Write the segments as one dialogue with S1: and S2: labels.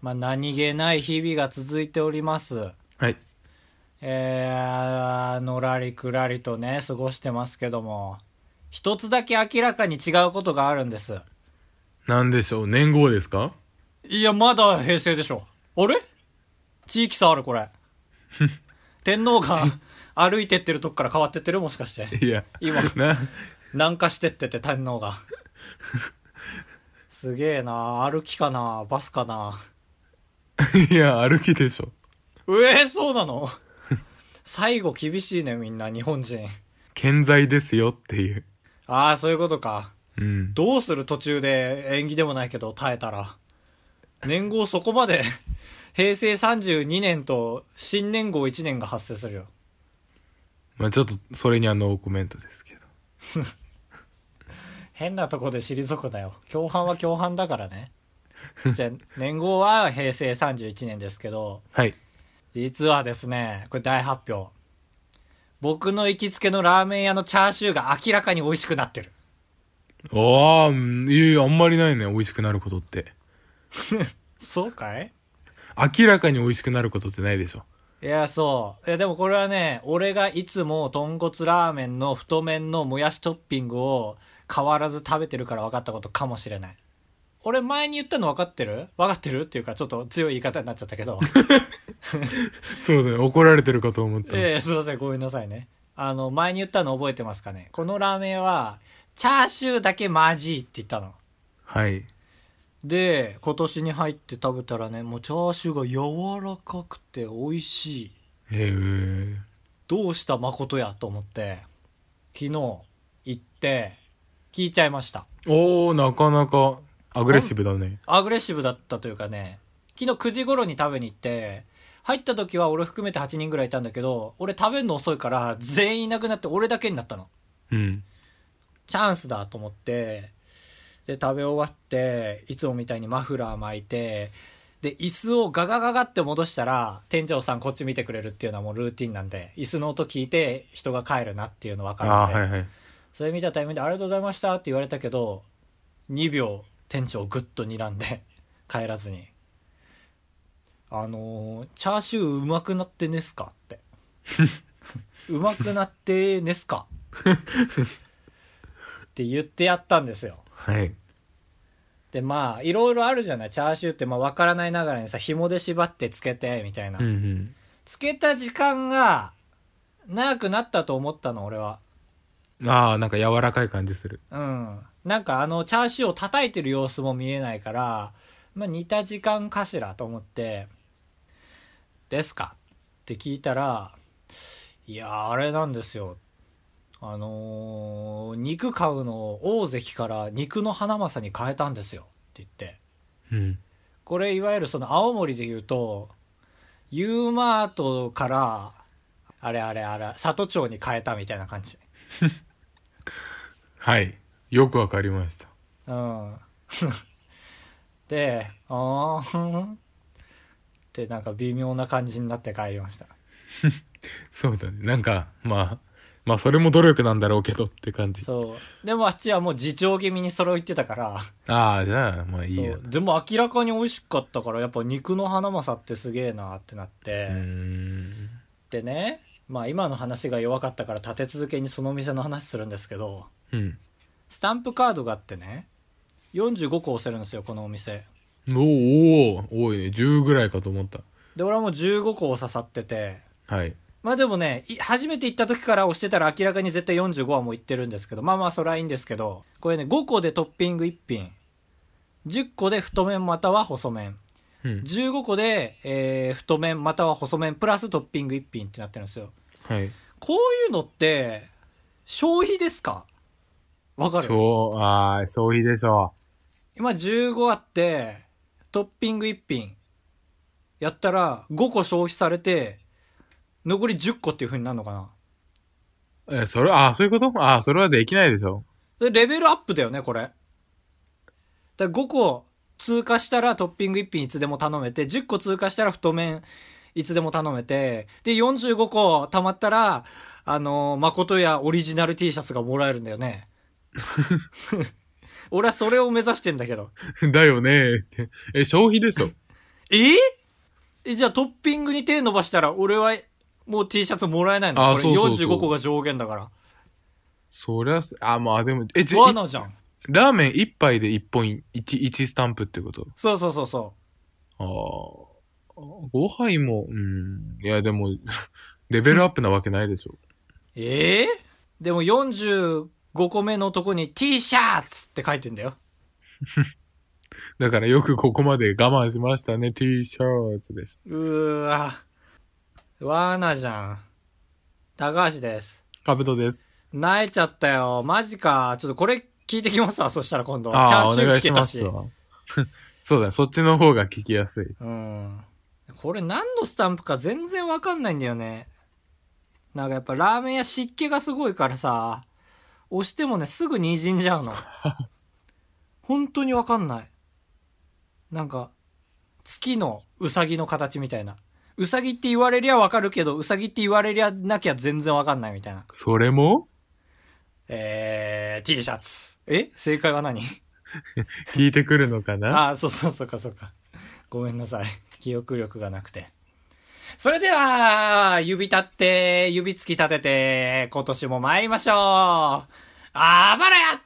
S1: まあ、何気ない日々が続いております。
S2: はい。
S1: えー、のらりくらりとね、過ごしてますけども、一つだけ明らかに違うことがあるんです。
S2: なんでしょう年号ですか
S1: いや、まだ平成でしょ。あれ地域差ある、 これ。天皇が歩いてってるとこから変わってってるもしかして。
S2: いや。
S1: 今
S2: な、
S1: 南下してってて、天皇が。すげえな歩きかなバスかない
S2: や、歩きでしょ。
S1: ええそうなの 最後厳しいね、みんな、日本人。
S2: 健在ですよっていう。
S1: ああ、そういうことか。
S2: うん。
S1: どうする途中で、縁起でもないけど、耐えたら。年号そこまで、 平成32年と新年号1年が発生するよ。
S2: まあちょっと、それにはノーコメントですけど。
S1: 変なとこで退くなよ。共犯は共犯だからね。じゃあ、年号は平成31年ですけど、
S2: はい。
S1: 実はですね、これ大発表。僕の行きつけのラーメン屋のチャーシューが明らかに美味しくなってる。
S2: ああ、うんいやいや、あんまりないね。美味しくなることって。
S1: そうかい
S2: 明らかに美味しくなることってないでしょ。
S1: いや、そう。いや、でもこれはね、俺がいつも豚骨ラーメンの太麺のもやしトッピングを変わらず食べてるから分かったことかもしれない。俺前に言ったの分かってる分かってるっていうか、ちょっと強い言い方になっちゃったけど。
S2: そうだね。怒られてるかと思った。
S1: ええすいません、ごめんなさいね。あの、前に言ったの覚えてますかねこのラーメンは、チャーシューだけマジって言ったの。
S2: はい。
S1: で、今年に入って食べたらね、もうチャーシューが柔らかくて美味しい。
S2: えー、
S1: どうした誠やと思って、昨日行って、聞いちゃいました。
S2: おー、なかなか、アグレッシブだね。
S1: アグレッシブだったというかね、昨日9時頃に食べに行って、入った時は俺含めて8人ぐらいいたんだけど、俺食べるの遅いから全員いなくなって俺だけになったの。
S2: うん。
S1: チャンスだと思って、で、食べ終わって、いつもみたいにマフラー巻いて、で、椅子をガガガガって戻したら、店長さんこっち見てくれるっていうのはもうルーティンなんで、椅子の音聞いて人が帰るなっていうの分か
S2: あ
S1: るんで、
S2: あー、はいはい。
S1: それ見たタイミングで「ありがとうございました」って言われたけど2秒店長をぐっと睨んで 帰らずに「あのーチャーシューうまくなってねっすか?」 って「うまくなってねっすか?」って言ってやったんですよ
S2: はい。
S1: でまあいろいろあるじゃないチャーシューってまあ分からないながらにさ紐で縛ってつけてみたいな、
S2: うんうん。
S1: つけた時間が長くなったと思ったの俺は
S2: ああ、なんか柔らかい感じする。
S1: うん。なんかあの、チャーシューを叩いてる様子も見えないから、まあ、似た時間かしらと思って、ですかって聞いたら、いや、あれなんですよ。あのー肉買うのを大関から肉の花正に変えたんですよって言って。
S2: うん。
S1: これいわゆるその青森で言うと、U マートから、あれあれあれ、里町に変えたみたいな感じ。
S2: はい。よくわかりました。
S1: うん。 で、あーんってなんか微妙な感じになって帰りました。
S2: そうだね。なんか、まあ、まあ、それも努力なんだろうけどって感じ。
S1: そう。でもあっちはもう自重気味にそれを言ってたから、
S2: ああ、じゃあ、まあいい
S1: そ
S2: や
S1: う。。でも明らかに美味しかったから、やっぱ肉の花正ってすげえなってなっ
S2: う
S1: て、
S2: ーん。
S1: でね、まあ今の話が弱かったから立て続けにその店の話するんですけど、
S2: うん。
S1: スタンプカードがあってね、45個押せるんですよ、このお店。
S2: おーおー多いね。10ぐらいかと思った。
S1: で、俺はもう15個を刺さってて、
S2: はい。
S1: まあでもね、い初めて行った時から押してたら明らかに絶対45はもう行ってるんですけど、まあまあそれはいいんですけど、これね、5個でトッピング1品、10個で太麺または細麺、
S2: うん。
S1: 15個で、えー太麺または細麺プラストッピング1品ってなってるんですよ。
S2: はい。
S1: こういうのって、消費ですかわかる
S2: そう、ああ、消費でしょ
S1: 今15あって、トッピング1品、やったら5個消費されて、残り10個っていう風になるのかな
S2: う。え、それ、ああ、そういうことああ、それはできないでしょ。
S1: でレベルアップだよね、これ。だから5個通過したらトッピング1品いつでも頼めて、10個通過したら太麺いつでも頼めて、で、45個溜まったら、あのー誠やオリジナル T シャツがもらえるんだよ ね。俺はそれを目指してんだけど。
S2: だよね。え、消費でしょ。
S1: ええじゃあトッピングに手伸ばしたら俺はもう T シャツもらえないの
S2: あ
S1: これ
S2: そうそうそう
S1: 45個が上限だから。
S2: そりゃす、あ、まあでも、え、じゃ
S1: 罠じゃん。
S2: ラーメン一杯で一本、一、一スタンプってこと
S1: そうそうそうそ
S2: ああ。5杯も、うん。いや、でも、 レベルアップなわけないでしょ。
S1: う。ええでも45個目のとこに T シャツって書いてんだよ。
S2: だからよくここまで我慢しましたね、T シャツです。
S1: うーわ。罠じゃん。高橋です。
S2: カブトです。
S1: 泣いちゃったよ。マジか。ちょっとこれ聞いてきますわ。そしたら今度。
S2: ああ、お
S1: チャーシュー
S2: 願
S1: 聞
S2: い
S1: け
S2: したますわ。 そうだね、そっちの方が聞きやすい。
S1: うん。これ何のスタンプか全然わかんないんだよね。なんかやっぱラーメン屋湿気がすごいからさ、押してもね、すぐ滲んじゃうの。本当にわかんない。なんか、月のうさぎの形みたいな。うさぎって言われりゃわかるけど、うさぎって言われりゃなきゃ全然わかんないみたいな。
S2: それも
S1: えー、T シャツ。え正解は何
S2: 聞いてくるのかな
S1: ああ、そうそうそうかそうか。ごめんなさい。 記憶力がなくて。それでは、指立って、指突き立てて、今年も参りましょう。あばらや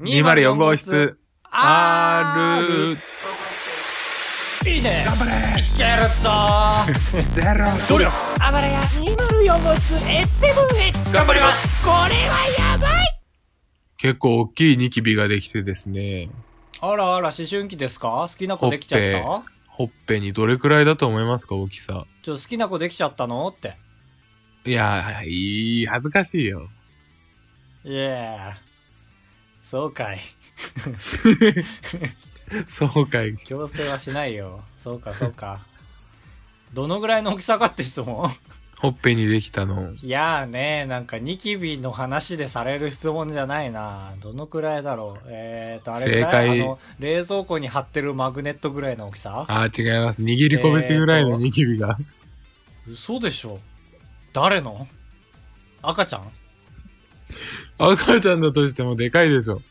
S2: !204 号室
S1: R!
S2: R!
S1: いいね頑張れいけるっと
S2: ゼロ
S1: 努力あばらや204号室 S7H! 頑張りますこれはやばい
S2: 結構大きいニキビができてですね、
S1: あらあら、思春期ですか好きな子できちゃっ
S2: ほ
S1: た
S2: ほっぺにどれくらいだと思いますか、大きさ。
S1: ちょ、好きな子できちゃったのって。
S2: いや、いい、恥ずかしいよ。
S1: いやそうかい。
S2: そうかい。
S1: 強制はしないよ。そうか、そうか。 どのぐらいの大きさかって質問
S2: ほっぺにできたの。
S1: いやーね、なんかニキビの話でされる質問じゃないな。どのくらいだろう。えーと、あれくらい
S2: 正解
S1: あの、冷蔵庫に貼ってるマグネットぐらいの大きさ
S2: あー、違います。握り拳ぐらいのニキビが。
S1: 嘘でしょ。誰の赤ちゃん
S2: 赤ちゃんだとしてもでかいでしょ。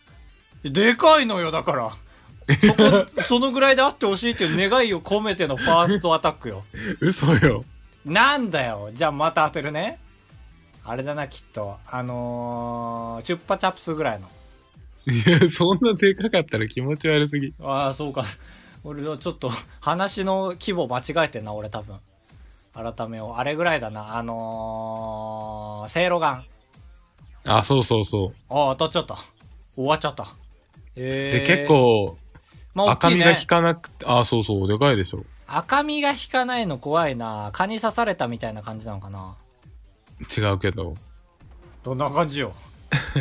S1: でかいのよ、だから。そ こ、そのぐらいであってほしいっていう願いを込めてのファーストアタックよ。
S2: 嘘よ。
S1: なんだよじゃあまた当てるね。あれだな、きっと。あのー、チュッパチャプスぐらいの。
S2: いや、そんなでかかったら気持ち悪すぎ。
S1: ああ、そうか。 俺はちょっと、話の規模間違えてんな、俺多分。改めを。あれぐらいだな。あのー、セいろがん。あ
S2: あ、そうそうそう。
S1: あ、当たっちゃった。終わっちゃった。えー、
S2: で、結、構、
S1: まあ、
S2: 赤
S1: 大きい
S2: みが
S1: ね
S2: 引。かなくて、あ、そうそう、でかいでしょ。
S1: 赤みが引かないの怖いな。蚊に刺されたみたいな感じなのかな。
S2: 違うけど。
S1: どんな感じよ。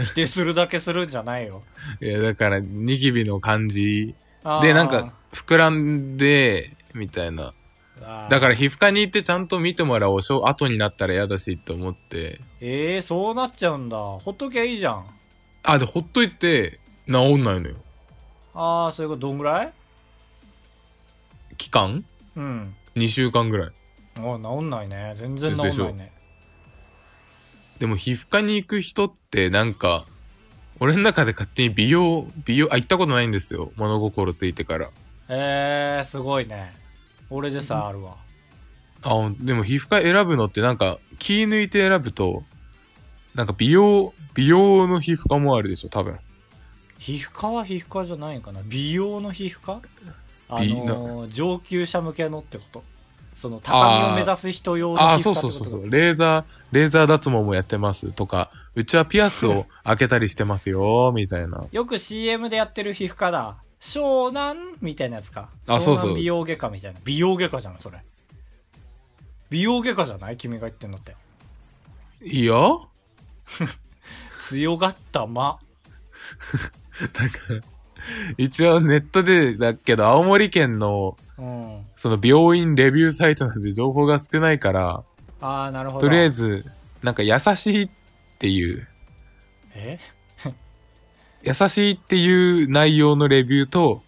S1: 否定するだけするんじゃないよ。
S2: いや、だから、ニキビの感じ。
S1: あー
S2: で、なんか、、膨らんで、みたいな。
S1: あー
S2: だから、皮膚科に行ってちゃんと見てもらおう。しょ後になったら嫌だし、と思って。
S1: ええー、そうなっちゃうんだ。ほっときゃいいじゃん。
S2: あ、で、ほっといて、治んないのよ。
S1: ああ、そういうことどんぐらい
S2: 期間
S1: うん。
S2: ?2 週間ぐらい。
S1: あー治んないね。全然治んないね。
S2: でも、皮膚科に行く人って、なんか、俺の中で勝手に美容、美容、あ、行ったことないんですよ。物心ついてから。
S1: ええー、すごいね。俺でさ、あるわ。
S2: あでも皮膚科選ぶのってなんか気抜いて選ぶとなんか美容美容の皮膚科もあるでしょ多分
S1: 皮膚科は皮膚科じゃないんかな。美容の皮膚科あ
S2: 美
S1: のー、上級者向けのってこと。その、高みを目指す人用の皮膚科
S2: ああ
S1: ってこ
S2: そう
S1: と
S2: そうそうそうレーザーレーザー脱毛もやってますとかうちはピアス を開けたりしてますよみたいな
S1: よく CM でやってる皮膚科だ。湘南みたいなやつか。
S2: あそう
S1: 湘
S2: そう
S1: 南美容外科みたいな。美容外科じゃん、それ。美容外科じゃない君が言ってんのって。
S2: いいよ
S1: 強がった間。
S2: だから一応ネットでだけど青森県の
S1: うん。
S2: その病院レビューサイトなんで情報が少ないから
S1: ああ、なるほど。
S2: とりあえ
S1: ず。
S2: ずなんか優しいっていう
S1: え
S2: 優しいっていう内容のレビューと、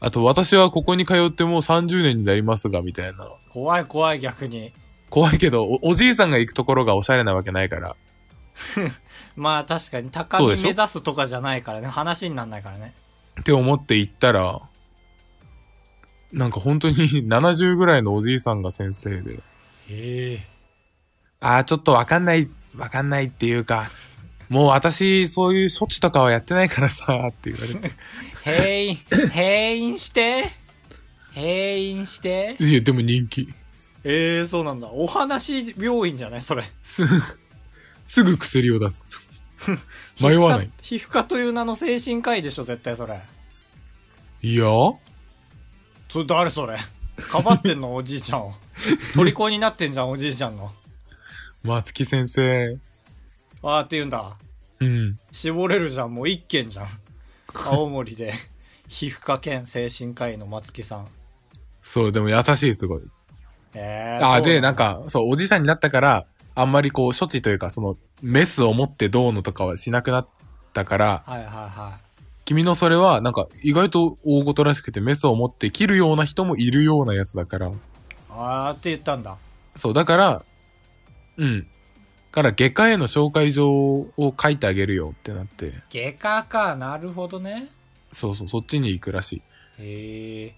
S2: あと私はここに通ってもう30年になりますが、みたいな。
S1: 怖い怖い逆に。
S2: 怖いけどお、おじいさんが行くところがおしゃれなわけないから。
S1: まあ確かに高
S2: そう
S1: み
S2: でしょ
S1: 目指すとかじゃないからね。話になんないからね。
S2: って思って行ったら、なんか本当に 70ぐらいのおじいさんが先生で、
S1: ええ
S2: ああ、ちょっとわかんない、わかんないっていうか、もう私、そういう処置とかはやってないからさ、って言われて。
S1: 閉院 閉院して閉院して
S2: いや、でも人気。
S1: ええそうなんだお話病院じゃないそれ
S2: すぐ、すぐ薬を出 す。迷わない。
S1: 皮膚科皮膚科という名の精神科医でしょ絶対それ
S2: いや
S1: それ誰それかばってんのおじいちゃ んを虜になってんじゃんおじいちゃんの
S2: 松木先生。
S1: ああって言うんだ
S2: うん。
S1: 絞れるじゃんもう一軒じゃん青森で 皮膚科兼精神科医の松木さん
S2: そう、でも優しい、すごい。
S1: ええ
S2: ああ、で、なん
S1: か
S2: か、そう、おじさんになったから、あんまりこう、処置というか、その、メスを持ってどうのとかはしなくなったから、
S1: はいはいは
S2: 君のそれは、なんか、意外と大事らしくて、メスを持って切るような人もいるようなやつだから。
S1: いああって言ったんだ
S2: そう、だから、うん。から、外科への紹介状を書いてあげるよってなって、
S1: 外科かなるほどね
S2: そうそう、そっちに行くらしい。
S1: へえ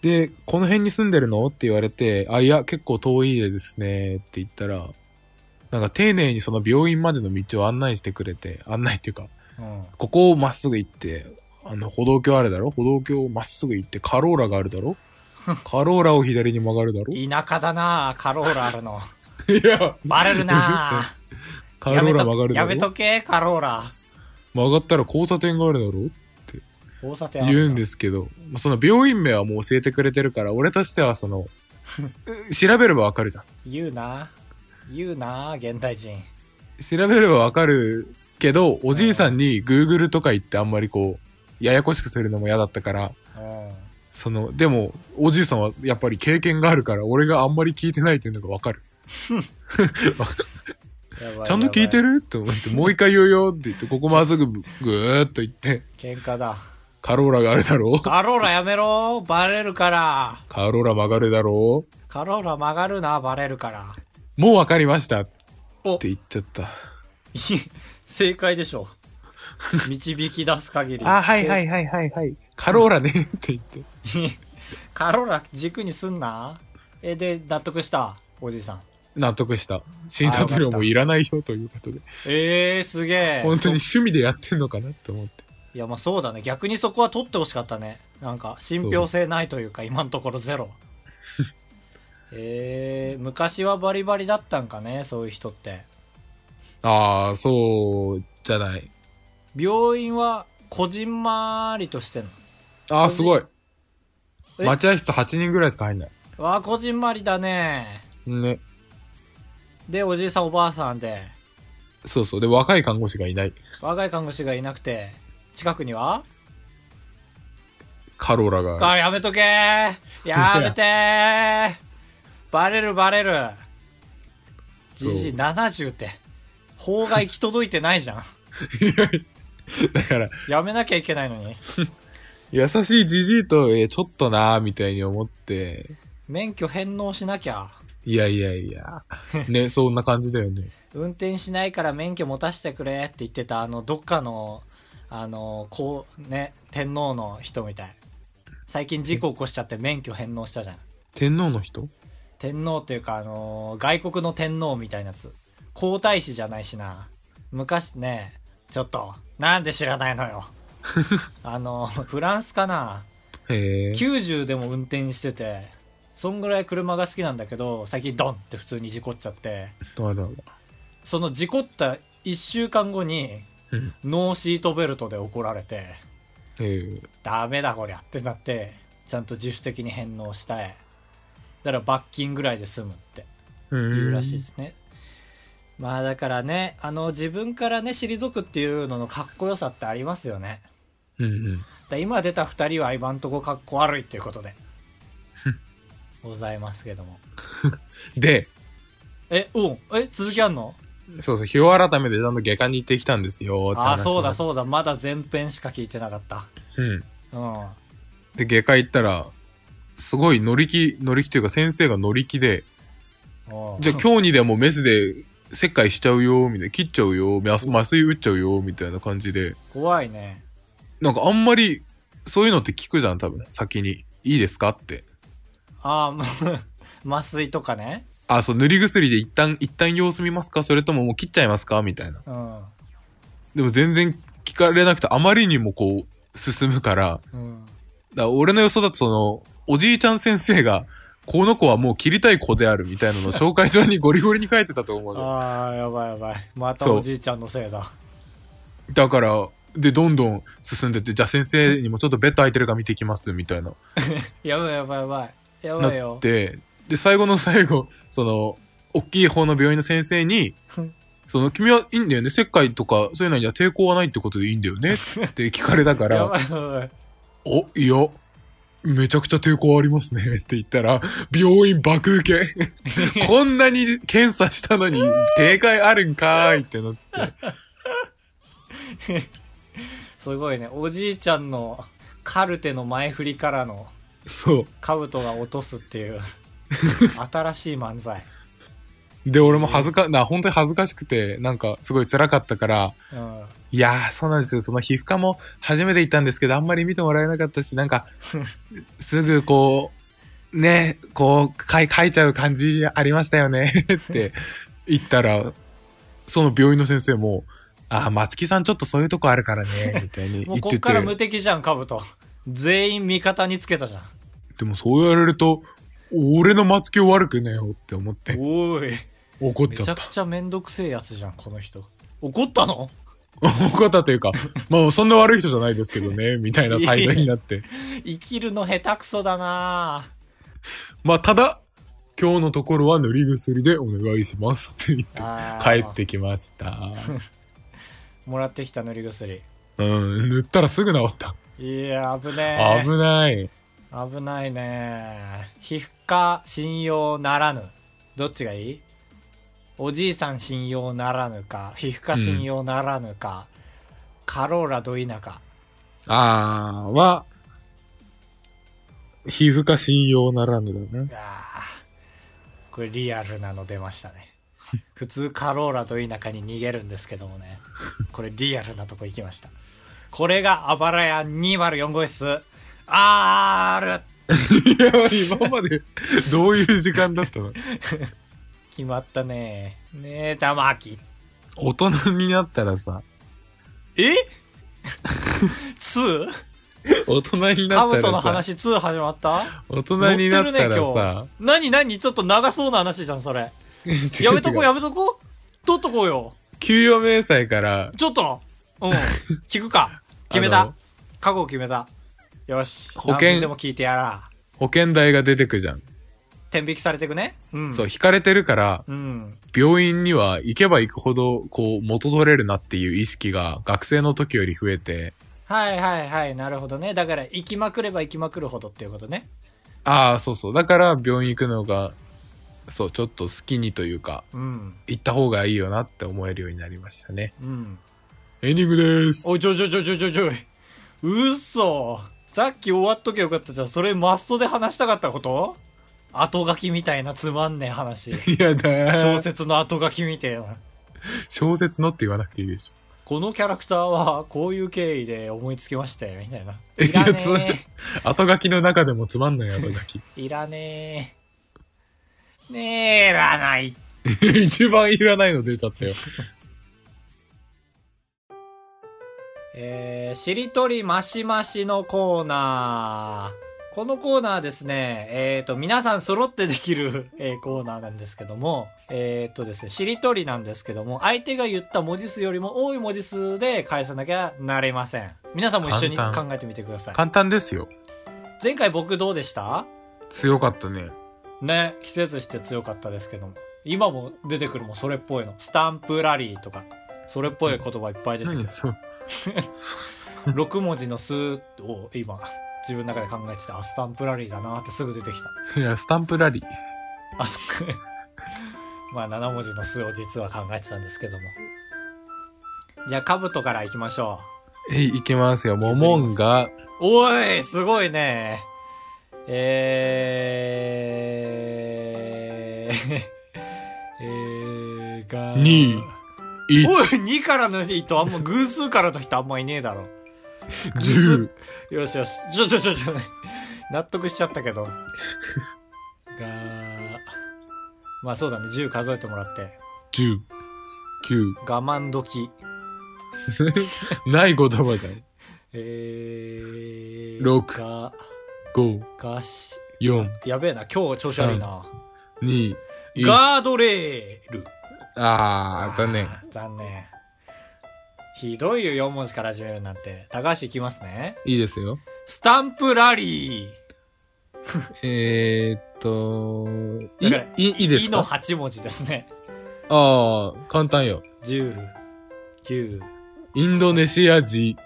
S2: で、この辺に住んでるのって言われて、あ、いや、結構遠いですね、って言ったら、なんか丁寧にその病院までの道を案内してくれて、案内っていうか、
S1: うん
S2: ここをまっすぐ行って、あの、歩道橋あるだろ歩道橋をまっすぐ行って、カローラがあるだろカローラを左に曲がるだろい
S1: 田舎だなカローラある の
S2: や、
S1: バレるな
S2: カローラ
S1: やめと
S2: 曲がるだ
S1: や
S2: ろ
S1: めとけカローラ
S2: 曲がったら交差点があるだろ
S1: 交差点ある
S2: 言うんですすけど、まあその病院名はもう教えてくれてるから、俺としてはその、う調べればわかるじゃん。
S1: 言うな言うな現代人
S2: 調べればわかるけど、おじいさんに Google とか言ってあんまりこう、ややこしくするのも嫌だったから、
S1: うん
S2: その、でも、おじいさんはやっぱり経験があるから、俺があんまり聞いてないっていうのがわかる。
S1: やばい
S2: ちゃんと聞いて
S1: やば
S2: ると思って、もう一回言うよって言って、ここまっすぐぐーっと行って、
S1: 喧嘩だ
S2: カローラがあるだろう
S1: カローラやめろバレるから
S2: カローラ曲がるだろう
S1: カローラ曲がるなバレるから
S2: もうわかりましたって
S1: お
S2: 言っちゃった。
S1: い正解でしょ 導き出す限り
S2: あ、はいはいはいはいはい。カローラねって言って。
S1: カローラ軸にすんなえで納得したおじいさん
S2: 納得した。診察料もいらないよということで。
S1: えー、すげえ
S2: 本当に趣味でやってんのかなって思って。
S1: いやまあそうだね逆にそこは取ってほしかったねなんか信憑性ないというか今のところゼ ロえー、昔はバリバリだったんかねそういう人って
S2: ああ、そう、じゃない。
S1: 病院はこじんまりとしてんの
S2: ああ、すごい。
S1: え
S2: 待合室8人ぐらいしか入んない。
S1: わあこじんまりだね
S2: ね。
S1: でおじいさんおばあさんで
S2: そうそう。で、若い看護師がいない。
S1: 若い看護師がいなくて近くには
S2: カローラがある。
S1: あやめとけーやめてー バレるバレる
S2: そう
S1: じじい70って法が行き届いてないじゃん
S2: だから、
S1: やめなきゃいけないのに
S2: 優しいじじいと、えーちょっとなーみたいに思って、
S1: 免許返納しなきゃ
S2: いやいや いや。ね、そんな感じだよね。
S1: 運転しないから免許持たせてくれって言ってたあのどっかのあのこうね天皇の人みたい最近事故起こしちゃって免許返納したじゃん
S2: 天皇の人
S1: 天皇っていうかあのー外国の天皇みたいなやつ皇太子じゃないしな昔ねちょっとなんで知らないのよあのフランスかな
S2: へえ。
S1: 90でも運転しててそんぐらい車が好きなんだけど最近ドンって普通に事故っちゃって
S2: あらら。
S1: その事故った1週間後に
S2: うん。
S1: ノーシートベルトで怒られて
S2: へえ。
S1: ダメだこりゃってなってちゃんと自主的に返納したいだから罰金ぐらいで済むって
S2: うん
S1: いうらしいですね。まあだからね、あの自分からね、退くっていうののかっこよさってありますよね。
S2: うんうん。
S1: だ今出た2人は今んとこかっこ悪いっていうこと で。ございますけども。
S2: で、
S1: え、うん、え、続きあんの
S2: そうそう、日を改めてちゃんと外科に行ってきたんですよ。
S1: ああ、そうだ
S2: う
S1: そうだ、まだ前編しか聞いてなかった。。
S2: うん。
S1: うん。
S2: で、外科行ったら、すごい乗り気、乗り気というか先生が乗り気で、
S1: おう
S2: じゃあ今日にでもメスで切開しちゃうよ、みたいな、切っちゃうよ、麻麻酔打っちゃうよ、みたいな感じで、
S1: 怖いね。
S2: なんかあんまり、そういうのって聞くじゃん、多分、先に。いいですかって。
S1: ああ、もう 麻酔とかね。
S2: あ、そう、塗り薬で一旦、一旦様子見ますかそれとももう切っちゃいますかみたいな。
S1: うん。
S2: でも全然聞かれなくて、あまりにもこう、進むから、だか
S1: うん。
S2: ら俺の予想だとその、おじいちゃん先生が、この子はもう切りたい子であるみたいな のを紹介状にゴリゴリに書いてたと思うの。
S1: ああ、やばいやばい。また
S2: そう
S1: おじいちゃんのせいだ。
S2: だから、で、どんどん進んでって、じゃあ先生にもちょっとベッド空いてるか見てきます、みたいな。
S1: やばいやばいやばい。やばい
S2: な
S1: よ
S2: っ。て、で、最後の最後、その、大きい方の病院の先 生に
S1: うん、
S2: その、君はいいんだよね、切開とか、そういうのには抵抗はないってことでいいんだよね、って聞かれたか
S1: や
S2: ら、
S1: ばいやばい。
S2: お、いや、めちゃくちゃ抵抗ありますね、 って言ったら、病院爆受け。こんなに検査したのに、抵抗あるんかーいってなって。
S1: すごいね。おじいちゃんのカルテの前振りからの
S2: そう。
S1: カブトが落とすって いう新しい漫才。
S2: で、俺も恥ずか、な、本当に恥ずかしくて、なんか、すごい辛かったから、
S1: うん。
S2: いやー、そうなんですよ。その皮膚科も初めて行ったんですけど、あんまり見てもらえなかったし、なんか、 すぐこう、ね、こう、かい書いちゃう感じありましたよね、って言ったら、その病院の先生も、あー、松木さんちょっとそういうとこあるからね、みたいに
S1: も
S2: 言
S1: う
S2: っ
S1: こ
S2: て
S1: っから無
S2: て。
S1: 敵じゃん、カブト。全員味方につけたじゃん。
S2: でもそう言われると、俺の松木を悪くねえよって思って
S1: おい。
S2: 怒っ
S1: め
S2: ちゃっ
S1: ち
S2: た
S1: ゃ。くちゃめんどくせえやつじゃん、この人。怒ったの
S2: 怒ったというか、まあそんな悪い人じゃないですけどね、みたいな態度になって。
S1: 生きるの下手くそだな
S2: まあただ、今日のところは塗り薬でお願いしますって言って
S1: あー
S2: 帰ってき ました。
S1: もらってきた塗り薬。
S2: うん、塗ったらすぐ治った。
S1: いや、危ねえ。
S2: 危ない。
S1: 危ないね皮膚科信用ならぬどっちがいいおじいさん信用ならぬか皮膚科信用ならぬか、カローラど田舎
S2: あーは、皮膚科信用ならぬだ な。
S1: あーこれリアルなの出ましたね普通カローラど田舎に逃げるんですけどもねこれリアルなとこ行きましたこれがあばらや204号室 R
S2: いや、今までどういう時間だったの
S1: 決まったねねえ玉木
S2: 大人になったらさ、
S1: え 2?
S2: 大人に
S1: カ
S2: なっ
S1: ブ
S2: た
S1: トの
S2: らさ、
S1: 話2始まった
S2: 大人になったらさ、
S1: 何何ちょっと長そうな話じゃん、それ。やめとこう、やめとこう。取っとこうよ。
S2: 給与明細から、
S1: ちょっと。 うん。聞くか。決め
S2: あ
S1: た
S2: の。
S1: 覚悟決めた。よし。
S2: 保険
S1: 何分でも聞いてやら。
S2: 保険代が出てくじゃん。
S1: 天引きされてくね。うん。
S2: そう、引かれてるから、
S1: うん。
S2: 病院には行けば行くほど、こう、元取れるなっていう意識が学生の時より増えて、
S1: はいはいはい。なるほどね。だから、行きまくれば行きまくるほどっていうことね。
S2: ああ、そうそう。だから病院行くのが、そう、ちょっと好きにというか、
S1: うん。
S2: 行った方がいいよなって思えるようになりましたね。
S1: うん。
S2: エンディングです。
S1: おいちょいちょいちょいちょいちょいちょい。嘘。さっき終わっときゃよかったじゃん。それマストで話したかったこと後書きみたいなつまんねえ話。
S2: いやだ
S1: 小
S2: 小説。
S1: 説の後書きみたいな。
S2: 小説のって言わなくていいでしょ。
S1: このキャラクターはこういう経緯で思いつきましたよ、みたいな。いら
S2: いや
S1: ね
S2: 後書きの中でもつまんない後書き。
S1: え。いらねえ。ねえ、いらない。
S2: 一番いらないの出ちゃったよ。
S1: えー、しりとりマシマシのコーナー。このコーナーですね、えっ、と、皆さん揃ってできる、 えーコーナーなんですけども、えっ、とですね、しりとりなんですけども、相手が言った文字数よりも多い文字数で返さなきゃなれません。皆さんも一緒に考
S2: 簡単
S1: えてみてください。
S2: 簡単ですよ。
S1: 前回僕どうでした
S2: 強かったね。
S1: ね、季節して強かったですけども。今も出てくるもん、それっぽいの。スタンプラリーとか、それっぽい言葉いっぱい出てくる
S2: 何。そう。
S1: 6文字の「す」を今自分の中で考えててあスタンプラリーだなってすぐ出てきた
S2: いや、スタンプラリー。
S1: あそっか まあ7文字の「す」を実は考えてたんですけどもじゃあカブトからいきましょ
S2: えい、いきますよ。モモンが、
S1: うおいすごいねえー、 えーが
S2: にい
S1: おい2からの人あんま偶数からの人あんまいねえだろ
S2: 10。
S1: よしよし。ちょちょちょちょ。納得しちゃったけど。が、まあそうだね、10数えてもらって。
S2: 10、9、
S1: 我慢時。
S2: ない言葉じゃん。
S1: えー、
S2: 六
S1: が、
S2: 5、
S1: がし、
S2: 4、
S1: やべえな、今日調子悪いな。
S2: 2、1。
S1: ガードレール。
S2: あー、残念。
S1: あー。残念。ひどいよ、4文字から始めるなんて。高橋いきますね。
S2: いいですよ。
S1: スタンプラリー。
S2: えー、っと、い
S1: だから、
S2: い、いいです
S1: いの
S2: か
S1: 8文字ですね。
S2: あー、簡単よ。
S1: 10、9、
S2: インドネシア人。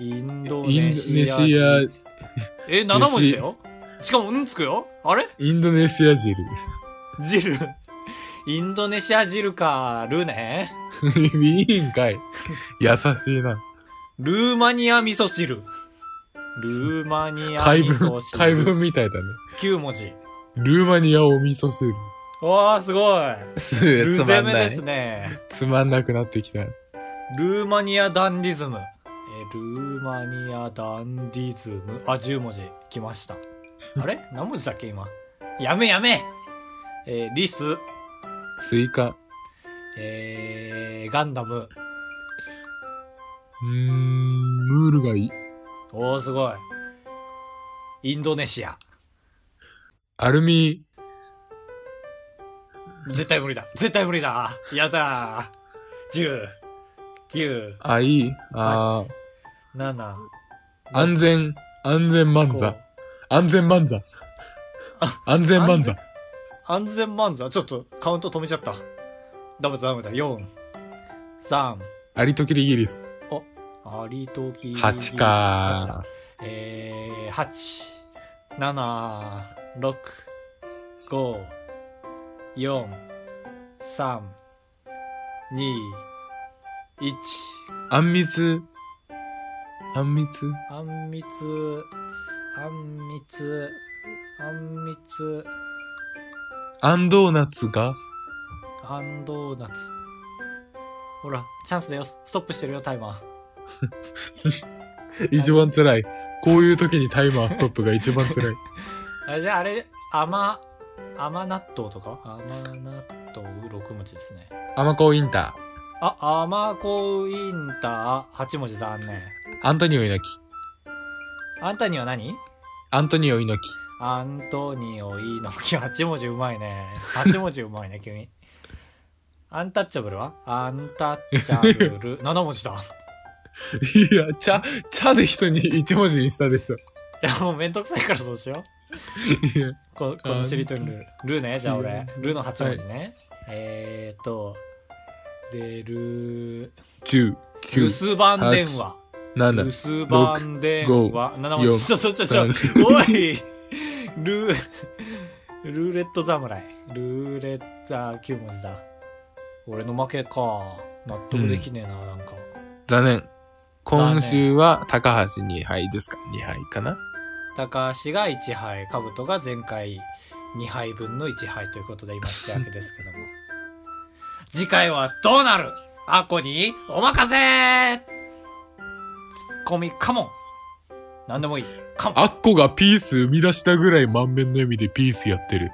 S1: インド
S2: イン
S1: ネ
S2: ド
S1: シ
S2: ネ
S1: ア
S2: シア、
S1: え、7文字だよしかも、うんつくよあれ
S2: インドネシア汁。
S1: ジル。インドネシアジルか、ルね。
S2: いいんかい。優しいな。
S1: ルーマニア味噌汁。ルーマニア
S2: 怪
S1: 味
S2: 文
S1: 噌、汁。
S2: 怪文みたいだね。
S1: 9文字。
S2: ルーマニアお味噌汁。
S1: わー、すごい。
S2: す
S1: ル
S2: つま
S1: ゼ
S2: ん
S1: メ
S2: な
S1: で
S2: い
S1: す。ね。
S2: つまんなくなってきた。
S1: ルーマニアダンディズム。え、ルーマニアダンディズム。あ、10文字。来ました。あ れ何文字だっけ、今。やめやめえーリス、
S2: スイカ。
S1: えーガンダム。
S2: うーん、ムール貝。
S1: おー、すごい。インドネシア。
S2: アルミ、
S1: 絶対無理だ。絶対無理だ。やだー。10、
S2: あ、いい。あー
S1: 9、7、
S2: 安全、安全漫
S1: 5
S2: 才。安全漫才。安全漫才。
S1: 安全漫才。ちょっとカウント止めちゃった。ダメだダメだ。4、3、
S2: ありときりギリス。
S1: ありとき。
S2: 8
S1: 八だ
S2: か。
S1: えー、8、7、6、5、4、3、2、1。
S2: あんみつ。あんみつ。
S1: あんみつ、あんみつ、あんみつ、
S2: あんドーナツが、
S1: あんドーナツ。ほら、チャンスだよ。ストップしてるよ、タイマー。
S2: 一番辛い。こういう時にタイマーストップが一番辛い。
S1: あじゃああれ甘甘納豆とか甘納豆6文字ですね
S2: 甘子インタ
S1: あ甘子インター8文字残念
S2: ー。アントニオ猪木。
S1: あんたには何
S2: アントニオ猪木。
S1: アントニオイノキ8文字うまいね8文字うまいね君アンタッチャブルはアンタッチャブル7文字だ
S2: いや、ちゃ、ちゃで人に一文字にしたでしょ。
S1: いやもうめんどくさいからそうしよ
S2: いや
S1: うここのしりとりのルールルーねじゃあ俺ルーの8文字ね、えーっとレル
S2: 10、
S1: 留
S2: 9、
S1: 守番電話留
S2: 7、
S1: 守番電話。7文
S2: 四
S1: 字。ちょちょちょちょ。おいルー、ルーレット侍。ルーレット、あー、9文字だ。俺の負けか。納得できねえな、なんか。
S2: 残念。今週は高橋2敗ですか ?2 敗かな
S1: 高橋が1杯、兜が前回2杯分の1杯ということで今ってわけですけども。 次回はどうなるアコにお任せツッコミカモンなんでもいい。カモン
S2: アッコがピース生み出したぐらい満面の笑みでピースやってる。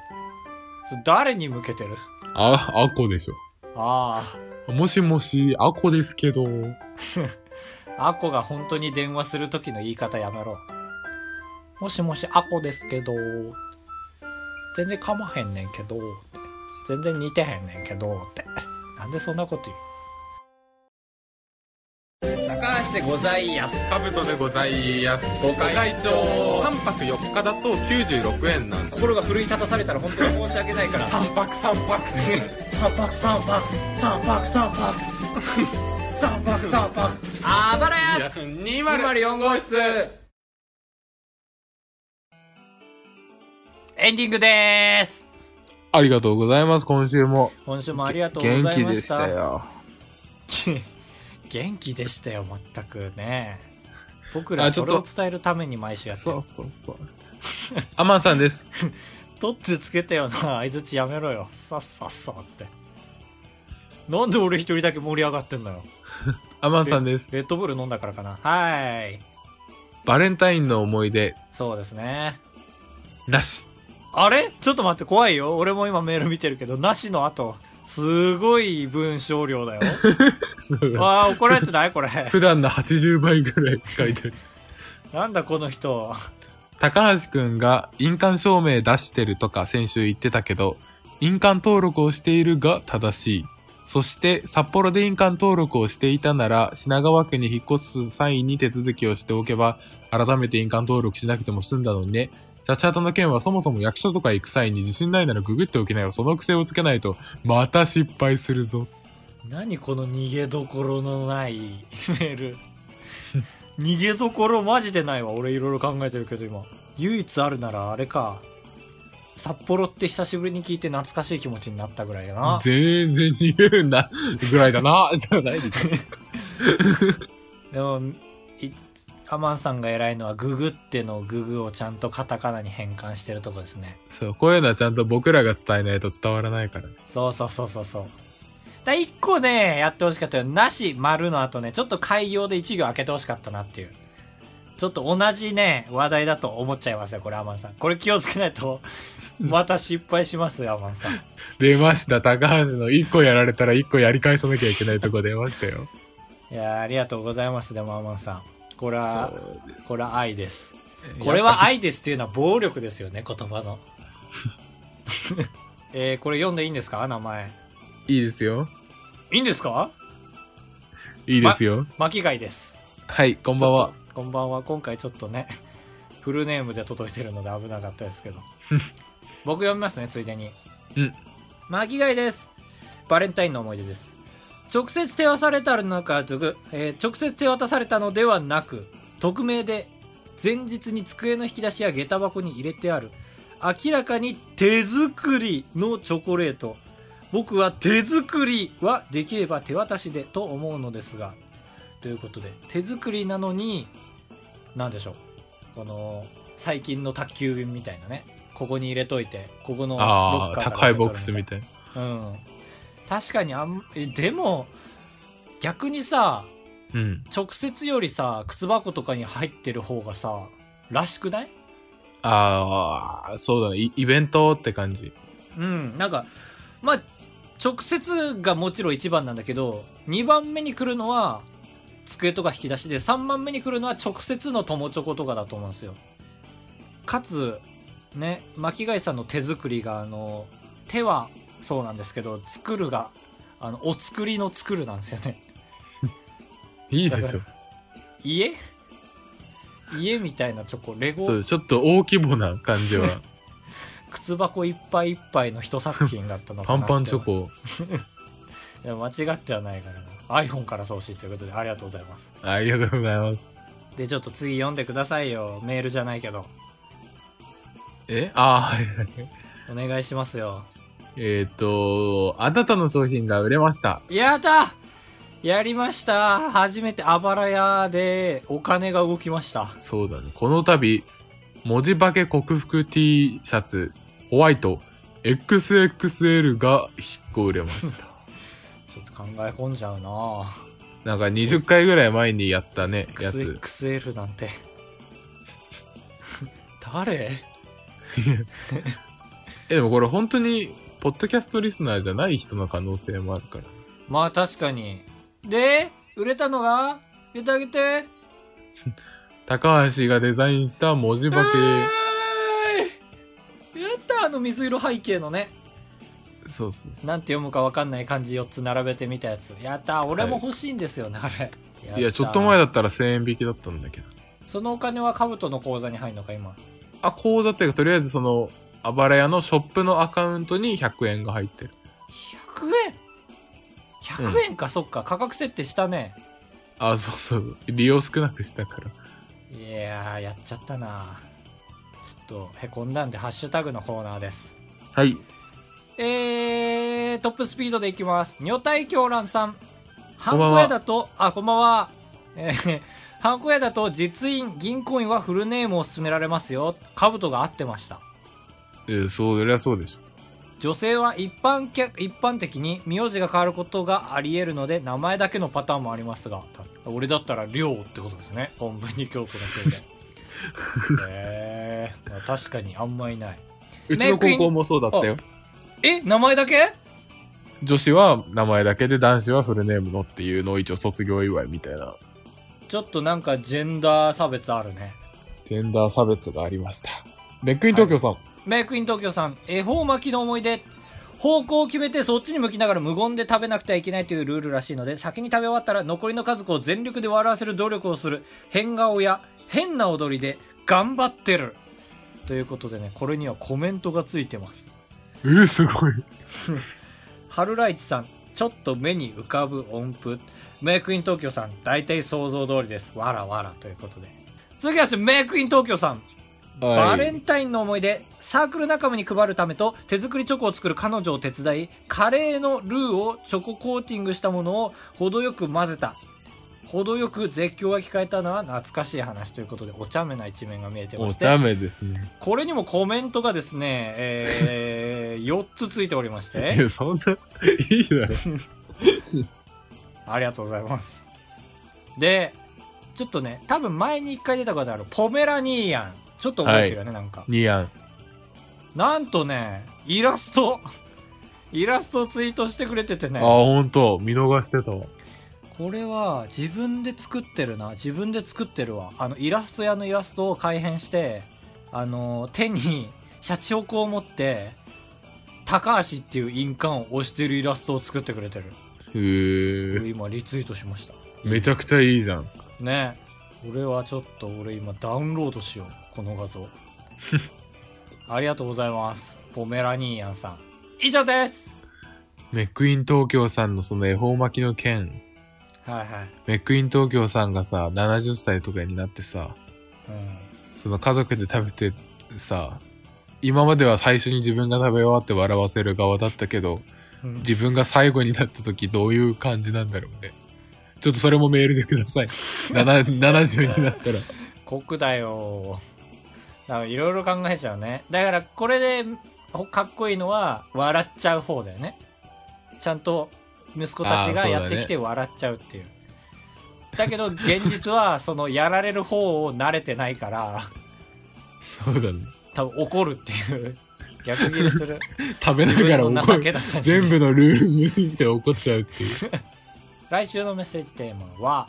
S1: それ誰に向けてる
S2: あ、アッコでしょ。
S1: あ
S2: もしもし、アッコですけど。
S1: あ、アコが本当に電話する時の言い方やめろ。もしもし、アコですけど、全然かまへんねんけど、って全然似てへんねんけど、って。なんでそんなこと言う高橋でございやす。
S2: カブトでございます。
S1: ご会長
S2: 3泊4日だと96円なんで
S1: 心が奮い立たされたら本当に申し訳ないから。三泊三泊三泊三泊三泊三 泊三泊三泊あばらや
S2: す。
S1: 204号室エンディングでーす
S2: ありがとうございます、今週も。
S1: 今週もありがとうございました
S2: 元気でしたよ。
S1: 元気でしたよ全くね僕
S2: あ
S1: ら
S2: ち
S1: そ
S2: ょっ
S1: れ
S2: と
S1: を伝えるために毎週やって
S2: そ
S1: る
S2: うそうそう。アマンさんです。
S1: どっちつけてよな相づちやめろよさっさっさってなんで俺一人だけ盛り上がってんのよ
S2: アマンさんです。
S1: レッドブル飲んだからかなはーい
S2: バレンタインの思い出、
S1: そうですね。
S2: なし。
S1: あれちょっと待って、怖いよ。俺も今メール見てるけど、なしの後。すごい文章量 だよ。 わあ、怒られてないこれ。
S2: 普段の80倍ぐらい書いてる。
S1: なんだこの人。
S2: 高橋くんが印鑑証明出してるとか先週言ってたけど、印鑑登録をしているが正しい。そして、札幌で印鑑登録をしていたなら、品川区に引っ越す際に手続きをしておけば、改めて印鑑登録しなくても済んだのにね。チャチャタの件はそもそも役所とか行く際に自信ないならググっておきなよ。その癖をつけないと、また失敗するぞ。
S1: 何この逃げどころのないメール。逃げどころマジでないわ。俺いろいろ考えてるけど今。唯一あるならあれか。札幌って久しぶりに聞いて懐かしい気持ちになったぐらいだな。
S2: 全然逃げるんだ、ぐらいだな、じゃないでしょ。
S1: でも、いアマンさんが偉いのはググってのググをちゃんとカタカナに変換してるとこですね。
S2: そう、こういうのはちゃんと僕らが伝えないと伝わらないから。
S1: そうそうそうそうそう。だ一個ね、やってほしかったよ。なし、丸の後ね、ちょっと開業で一行開けてほしかったなっていう。ちょっと同じね、話題だと思っちゃいますよ、これ、アマンさん。これ気をつけないと、また失敗しますよ、アマンさん。
S2: 出ました、高橋の1個やられたら1個やり返さなきゃいけないとこ出ましたよ。
S1: いやーありがとうございます、でも、アマンさん。これは、これは愛です。
S2: そう
S1: これは愛ですっていうのは暴力ですよね、言葉の。 えー、これ読んでいいんですか名前。
S2: いいですよ。
S1: いいんですか
S2: いいですよ。
S1: 巻貝です。
S2: はい、こんばんは
S1: ちょ。っと。こんばんは。今回ちょっとね、 フルネームで届いてるので危なかったですけど。 僕読みますね、ついでに。
S2: うん。
S1: 巻貝です。バレンタインの思い出です。直接手渡されたのか、えー直接手渡されたのではなく、匿名で、前日に机の引き出しや下駄箱に入れてある、明らかに手作りのチョコレート。僕は手作りはできれば手渡しでと思うのですが、ということで、手作りなのに、なんでしょう。この、最近の宅急便みたいなね。ここに入れといて、ここのロ
S2: あ
S1: ッ
S2: あ
S1: カー
S2: ー、
S1: から
S2: 高いボックス
S1: 受け取る
S2: み
S1: いな
S2: たいな。
S1: うん。確かにあん、えでも、逆にさ、
S2: うん。
S1: 直接よりさ、靴箱とかに入ってる方がさ、らしくない
S2: ああ、そうだね。イイベントって感じ。
S1: うん。なんか、まあ、直接がもちろん一番なんだけど、2番目に来るのは、机とか引き出しで、3番目に来るのは直接の友チョコとかだと思うんですよ。かつ、ね、巻貝さんの手作りが、あの、手はそうなんですけど、作るが、あの、お作りの作るなんですよね。
S2: いいですよ。
S1: 家家みたいなチョコレ
S2: そ
S1: ゴ
S2: う、ちょっと大規模な感 じは。
S1: 靴箱いっぱいいっぱいの一作品だったの
S2: パ
S1: かな
S2: ンパンチョコ。
S1: いや間違ってはないからな iPhone から送信ということでありがとうございます
S2: ありがとうございます。
S1: でちょっと次読んでくださいよメールじゃないけど
S2: えああ、はいはい。
S1: お願いしますよ
S2: えっ、と、あなたの商品が売れました。
S1: やだやりました初めてあばら屋でお金が動きました
S2: そうだね。この度、文字化け克服 T シャツ、ホワイト、XXL が1個売れま した。
S1: ちょっと考え込んじゃうな
S2: なんか20回ぐらい前にやったね、やつ。
S1: XXL なんて 誰
S2: え、でもこれ本当に、ポッドキャストリスナーじゃない人の可能性もあるから。
S1: まあ確かに。で、売れたのが言ってあげて。
S2: 高橋がデザインした文字
S1: えー
S2: 化
S1: いやったあの水色背景のね。
S2: け、そうそうそ
S1: なんて読むかわかんない漢字4つ並べてみたやつ。やった俺も欲しいんですよね、あれ。
S2: う。いや、ちょっと前
S1: だ。
S2: だったら1000円引きだったんだけど。
S1: そのお金は兜の口座に入るのか、今。
S2: あ、口座っていうか、とりあえずその、あばら屋のショップのアカウントに100円が入ってる。
S1: 100円 ?100 円か、そっか。価格設定したね。
S2: あ、そうそう。利用少なくしたから。
S1: いやー、やっちゃったなちょっと、へこんだんで、ハッシュタグのコーナーです。
S2: はい。
S1: えー、トップスピードでいきます。女体狂乱さん。ハ
S2: こ
S1: ン
S2: んばんは
S1: コ屋だと、あ、こんばんは。えー、ハンコ屋だと実印、銀行員はフルネームを勧められますよ。兜が合ってました。
S2: えーそう、そりゃそうです。
S1: 女性は一般客、一般的に名字が変わることがあり得るので、名前だけのパターンもありますが、だ俺だったら、りょうってことですね。本文に京都の京で。へえ、まあ、確かにあんまいないう
S2: ちの高校もそうだったよ。
S1: え名前だけ
S2: 女子は名前だけで男子はフルネームのっていうのを一応卒業祝いみたいな、
S1: ちょっとなんかジェンダー差別あるね
S2: ジェンダー差別がありました。メックイン東京さん。
S1: メイクイン東京さん恵方巻きの思い出方向を決めてそっちに向きながら無言で食べなくてはいけないというルールらしいので先に食べ終わったら残りの家族を全力で笑わせる努力をする変顔や変な踊りで頑張ってるということでねこれにはコメントがついてます
S2: えー、すごい。
S1: 春来一さんちょっと目に浮かぶ音符メイクイン東京さん大体想像通りですわらわらということで続きましてメイクイン東京さんバレンタインの思い出サークル仲間に配るためと手作りチョコを作る彼女を手伝いカレーのルーをチョココーティングしたものを程よく混ぜた程よく絶叫が聞かれたのは懐かしい話ということでお茶目な一面が見えてま
S2: お
S1: して
S2: 茶目ですね。
S1: これにもコメントがですね、えー、4つ ついておりまし
S2: え
S1: て
S2: そんな、いい だろ。
S1: ありがとうございますでちょっとね多分前に1回出たことあるポメラニーアンちょっと覚えてるよね、なんか
S2: ニアン。
S1: なんとね、イラスト、イラストをツイートしてくれててね
S2: あ、、ほんと。見逃してたわ。
S1: これは自分で作ってるな、自分で作ってるわ。あの、イラスト屋のイラストを改変して、あの、手にシャチホコを持って、高橋っていう印鑑を押してるイラストを作ってくれてる。
S2: へ
S1: これ
S2: ー。
S1: 今リツイートしました。
S2: めちゃくちゃいいじゃん。
S1: ねこれはちょっと俺今ダウンロードしよう、この画像。ありがとうございます。ポメラニーアンさん。以上です
S2: メックイン東京さんのその恵方巻きの件、
S1: はいはい。
S2: メックイン東京さんがさ、70歳とかになってさ、
S1: うん
S2: その家族で食べてさ、今までは最初に自分が食べ終わって笑わせる側だったけど、
S1: うん
S2: 自分が最後になった時どういう感じなんだろうね。ちょっとそれもメールでください。 なな70になったら。
S1: 酷だよだからいろいろ考えちゃうねだからこれでほかっこいいのは笑っちゃう方だよねちゃんと息子たち
S2: あ
S1: が
S2: ーそうだね
S1: やってきて笑っちゃうっていうだけど現実はそのやられる方を慣れてないから
S2: そうだね。
S1: 多分怒るっていう逆ギレする
S2: 食べ
S1: 自
S2: ながら
S1: 分の
S2: 怒
S1: 情
S2: る。
S1: けなさに
S2: 全部のルール無視して怒っちゃうっ ていう。
S1: 来週のメッセージテーマは、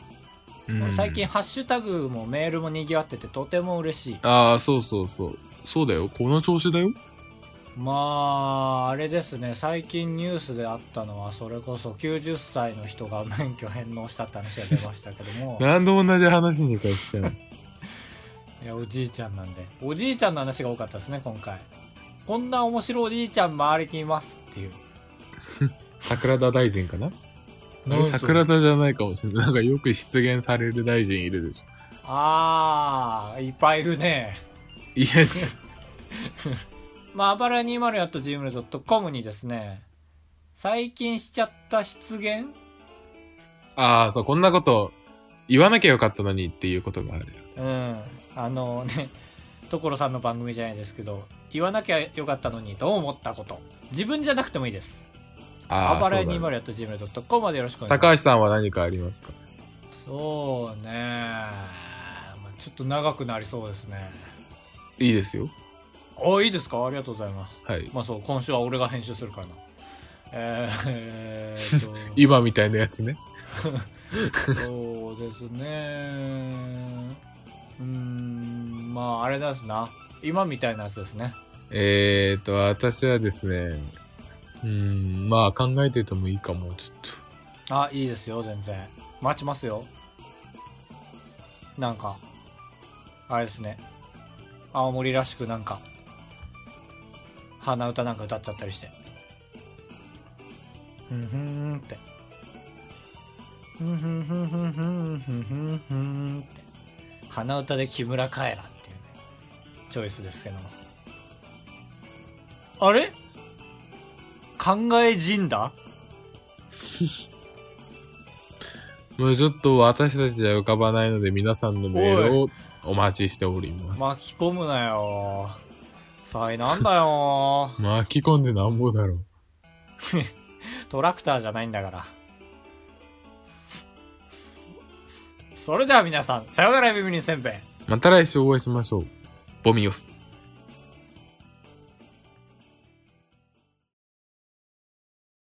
S2: うん
S1: 最近ハッシュタグもメールもにぎわっててとても嬉しい
S2: ああ、そうそうそう。そうだよ。この調子だよ。
S1: まああれですね最近ニュースであったのはそれこそ90歳の人が免許返納したって話が出ましたけど も
S2: 何度同じ話に返しちゃう。
S1: いやおじいちゃんなんでおじいちゃんの話が多かったですね今回こんな面白いおじいちゃん周りにいますっていう
S2: 桜田大臣かな
S1: 何それ
S2: 桜田じゃないかもしれない。なんかよく出現される大臣いるでしょ。
S1: あーいっぱいいるね
S2: いや、
S1: まああばら 204.gmail.com にですね最近しちゃった失言
S2: ああ、そう、こんなこと言わなきゃよかったのにっていうことがある。
S1: うんあのね所さんの番組じゃないですけど言わなきゃよかったのにと思ったこと自分じゃなくてもいいです
S2: あ
S1: あ
S2: あ、
S1: ばら
S2: そうだね
S1: 20.gmail.com までよろしくお願いし
S2: 高
S1: ま
S2: 橋
S1: す
S2: さんは何かありますか
S1: そうねまあちょっと長くなりそうですね
S2: いいですよ。
S1: あいいですかありがとうございます
S2: はい。
S1: まあそう今週は俺が編集するからなえー、えーっと
S2: 今みたいなやつね。
S1: そうですねうーんまああれですな今みたいなやつですね
S2: えーと、私はですね、うーん、まあ考えててもいいかも、ちょっと。
S1: あいいですよ全然待ちますよなんかあれですね青森らしくなんか鼻歌なんか歌っちゃったりしてふんふんってふんふんふんふんふんふんふんふんって鼻歌で木村カエラっていうねチョイスですけどもあれ考え人だ
S2: もうちょっと私たちじゃ浮かばないので皆さんのメールをお待ちしております。
S1: 巻き込むなよ災難だよ
S2: 巻き込んでなんぼだろう。
S1: トラクターじゃないんだからそそそそれでは皆さんさよならビビリンせんべい
S2: また来週お会いしましょう。ボミオス。